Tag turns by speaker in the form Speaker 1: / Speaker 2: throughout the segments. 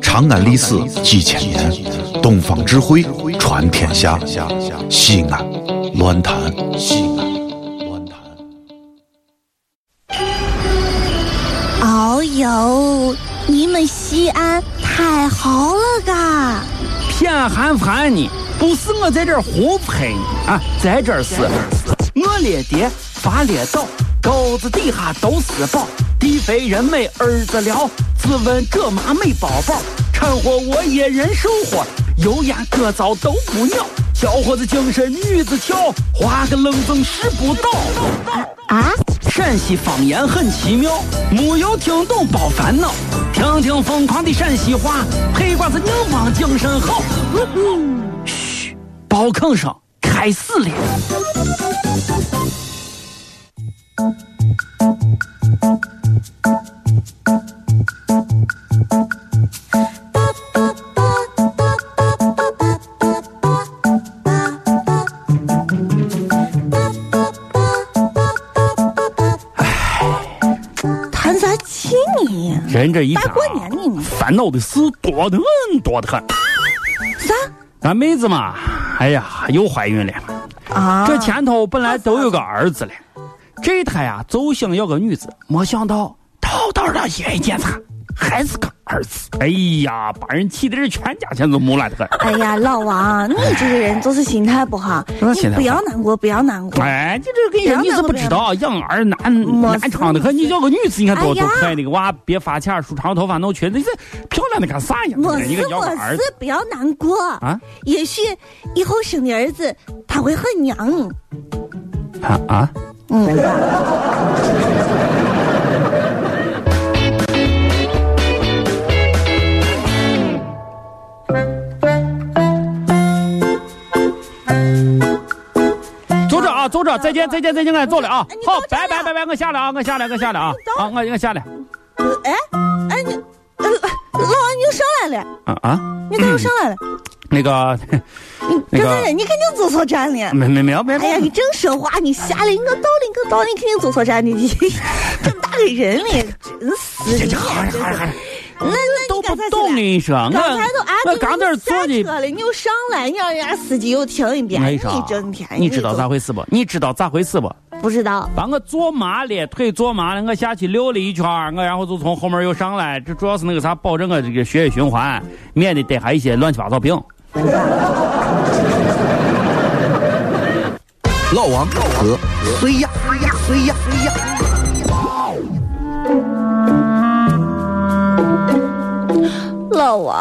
Speaker 1: 长安历史几千年，东方智慧传天下。西安，乱谈西安，乱谈。
Speaker 2: 哦呦，你们西安太好了嘎！
Speaker 3: 偏寒寒你，不是我啊在这儿胡喷你啊，在这儿是，我列爹发列倒，沟子底下都是宝，地肥人美儿子了，自问这妈美宝宝，掺和我也人生活，油盐各糟都不尿，小伙子精神女子俏，花个愣风使不倒。
Speaker 2: 啊，
Speaker 3: 陕西方言很奇妙，没有听懂别烦恼，听听疯狂的陕西话，黑瓜子硬邦精神好。嘘，包吭声开始了。
Speaker 2: 谈啥气你？
Speaker 3: 人这一天
Speaker 2: 大
Speaker 3: 啊
Speaker 2: 哎过年的你
Speaker 3: 烦恼的事多得很，多得很。
Speaker 2: 啥
Speaker 3: 俺妹子嘛，哎呀，又怀孕了。
Speaker 2: 啊？
Speaker 3: 这前头本来都有个儿子了，这胎呀就想要个女子，没想到偷偷的医院检查，还是个儿子。哎呀，把人气的这全家钱都没了 的。
Speaker 2: 哎呀，老王，你这个人就是心态不好，
Speaker 3: 什么
Speaker 2: 你
Speaker 3: 心态不
Speaker 2: 不
Speaker 3: 好
Speaker 2: 要难过，不要难过。
Speaker 3: 哎，这这跟你说，你是不知道，养儿难
Speaker 2: 没事
Speaker 3: 难昌的很。你叫个女子，你看多
Speaker 2: 哎呀
Speaker 3: 多可爱，那个娃别发卡，梳长头发，弄裙子，你这漂亮的干啥呀？
Speaker 2: 我
Speaker 3: 你
Speaker 2: 是
Speaker 3: 个要
Speaker 2: 我
Speaker 3: 个儿子
Speaker 2: 是，不要难过
Speaker 3: 啊！
Speaker 2: 也许以后生的儿子他会很娘，
Speaker 3: 啊啊！
Speaker 2: 嗯，
Speaker 3: 走着啊，走着，再见，再见，再见，俺走了啊
Speaker 2: 哎你！
Speaker 3: 好
Speaker 2: 等，着
Speaker 3: 拜拜，
Speaker 2: 呀
Speaker 3: 拜拜，我下来啊，我下来，我下来啊
Speaker 2: 你，等
Speaker 3: 啊，我我下来
Speaker 2: 哎哎你，呃老王你又上来了，
Speaker 3: 啊啊！
Speaker 2: 你咋又上来了？
Speaker 3: 那个，
Speaker 2: 这
Speaker 3: 嗯那
Speaker 2: 个
Speaker 3: 个，
Speaker 2: 人你肯定走错站了。
Speaker 3: 没没没有没有
Speaker 2: 哎呀，你正说话，你下来，我到了，我到了，你肯定走错站了。你这么大个人了，真是
Speaker 3: 这
Speaker 2: 你
Speaker 3: 这好
Speaker 2: 啊
Speaker 3: 了
Speaker 2: 真
Speaker 3: 好了
Speaker 2: 是
Speaker 3: 好了，
Speaker 2: 那那
Speaker 3: 都
Speaker 2: 你
Speaker 3: 不
Speaker 2: 刚才
Speaker 3: 懂
Speaker 2: 是来
Speaker 3: 你说，
Speaker 2: 刚才都安
Speaker 3: 我我刚在这坐
Speaker 2: 下
Speaker 3: 的。
Speaker 2: 车了，你又上来，你让人家司机又停一遍，
Speaker 3: 没
Speaker 2: 你
Speaker 3: 啥
Speaker 2: 整天，
Speaker 3: 你知道咋回事不？你知道咋回事不？
Speaker 2: 不知道？
Speaker 3: 把我坐麻了，腿坐麻了，我下去溜了一圈儿，我然后就从后门又上来。这主要是那个啥，保证我这个血液循环，免得得还一些乱七八糟病。
Speaker 4: 老王
Speaker 1: 呃
Speaker 4: 和谁呀谁呀谁呀谁呀？
Speaker 2: 老王，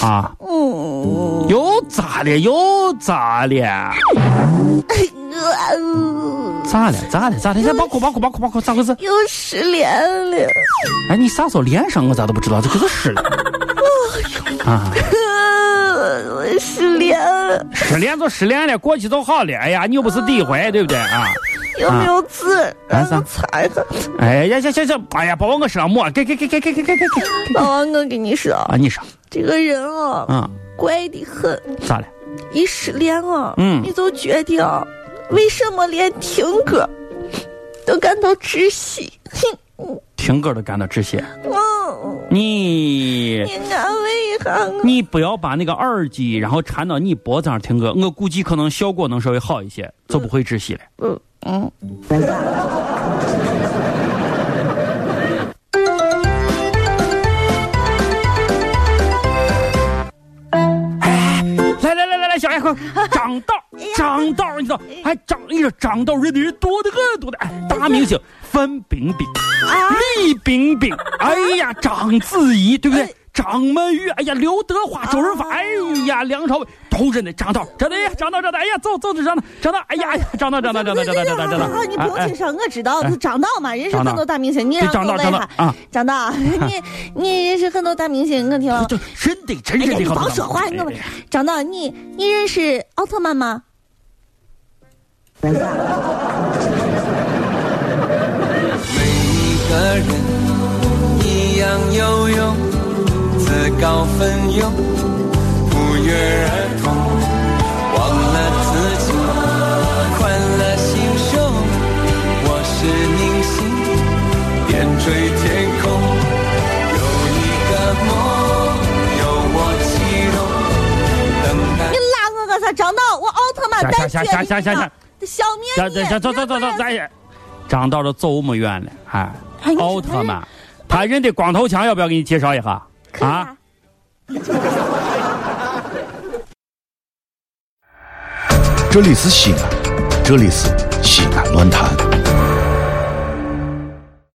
Speaker 3: 啊，
Speaker 2: 嗯，
Speaker 3: 又咋了？又咋了？
Speaker 2: 哎
Speaker 3: 咋了？咋了？咋了？你别哭，别哭，别哭，别哭，咋回事？
Speaker 2: 又失恋了，
Speaker 3: 哎，你啥时候连上我咋都不知道？这可是失了啊！
Speaker 2: 我失恋了，
Speaker 3: 失恋就失恋了，过去就好了。哎呀，你又不是第一回，对不对啊？
Speaker 2: 有没有字？
Speaker 3: 啊
Speaker 2: 让
Speaker 3: 啥
Speaker 2: 我擦一下。
Speaker 3: 哎呀，行行行，哎呀，别往我身上抹，给给给给给给给给给
Speaker 2: 老王，我跟你说，
Speaker 3: 啊！你说
Speaker 2: 这个人哦，
Speaker 3: 啊，
Speaker 2: 怪得很。
Speaker 3: 咋了？
Speaker 2: 一失恋啊，
Speaker 3: 嗯
Speaker 2: 你就决定为什么连听歌都感到窒息。哼，
Speaker 3: 听歌都感到窒息。
Speaker 2: 嗯，
Speaker 3: 你
Speaker 2: 你安慰一下我。
Speaker 3: 你不要把那个耳机，然后缠到你脖子上听歌，我估计可能效果能稍微好一些，就不会窒息了。
Speaker 2: 嗯嗯，
Speaker 3: 来来来来来，小爱快长豆，长豆，你知道？哎，长，你说长豆认的人多得很多的，哎，大明星范冰冰、李冰冰，哎呀，章子怡，对不对？张曼玉，哎呀，刘德华、周润发，哎呀，梁朝伟，都认得长豆，真的，哎呀，长豆，长豆，哎呀，走走走，长豆，长豆，哎呀，哎呀，长豆，长豆，长豆，长豆，长豆，长
Speaker 2: 好好，
Speaker 3: 豆，
Speaker 2: 你不用
Speaker 3: 哎
Speaker 2: 介绍，我知道，就长道嘛，认识
Speaker 3: 长道
Speaker 2: 很多大明星，你让
Speaker 3: 长
Speaker 2: 我
Speaker 3: 道
Speaker 2: 问
Speaker 3: 长
Speaker 2: 一
Speaker 3: 道
Speaker 2: 下，
Speaker 3: 啊，
Speaker 2: 长道，你你认识很多大明星，我听
Speaker 3: 哎
Speaker 2: 了。
Speaker 3: 这真的，真
Speaker 2: 哎
Speaker 3: 认
Speaker 2: 呀，
Speaker 3: 得
Speaker 2: 你
Speaker 3: 好
Speaker 2: 甭
Speaker 3: 多
Speaker 2: 说
Speaker 3: 长
Speaker 2: 话，
Speaker 3: 豆
Speaker 2: 你
Speaker 3: 哎呀
Speaker 2: 长道，你你认识奥特曼吗？
Speaker 5: 每一个人一样有用，自告奋勇，不约而同，忘了自己，宽了心胸。我是明星，点缀天空，有一个梦，
Speaker 2: 了，咱
Speaker 3: 哎行行
Speaker 2: 确定
Speaker 3: 行行行行
Speaker 2: 了，小
Speaker 3: 行
Speaker 2: 绵
Speaker 3: 行
Speaker 2: 绵，
Speaker 3: 行，走走走走，咱也长到了走么远了，哎，
Speaker 2: 哎你
Speaker 3: 奥
Speaker 2: 什
Speaker 3: 特
Speaker 2: 么人
Speaker 3: 曼，他人的光头强要不要给你介绍一下？
Speaker 2: 可以啊。
Speaker 1: 这里是西安，这里是西安乱坛。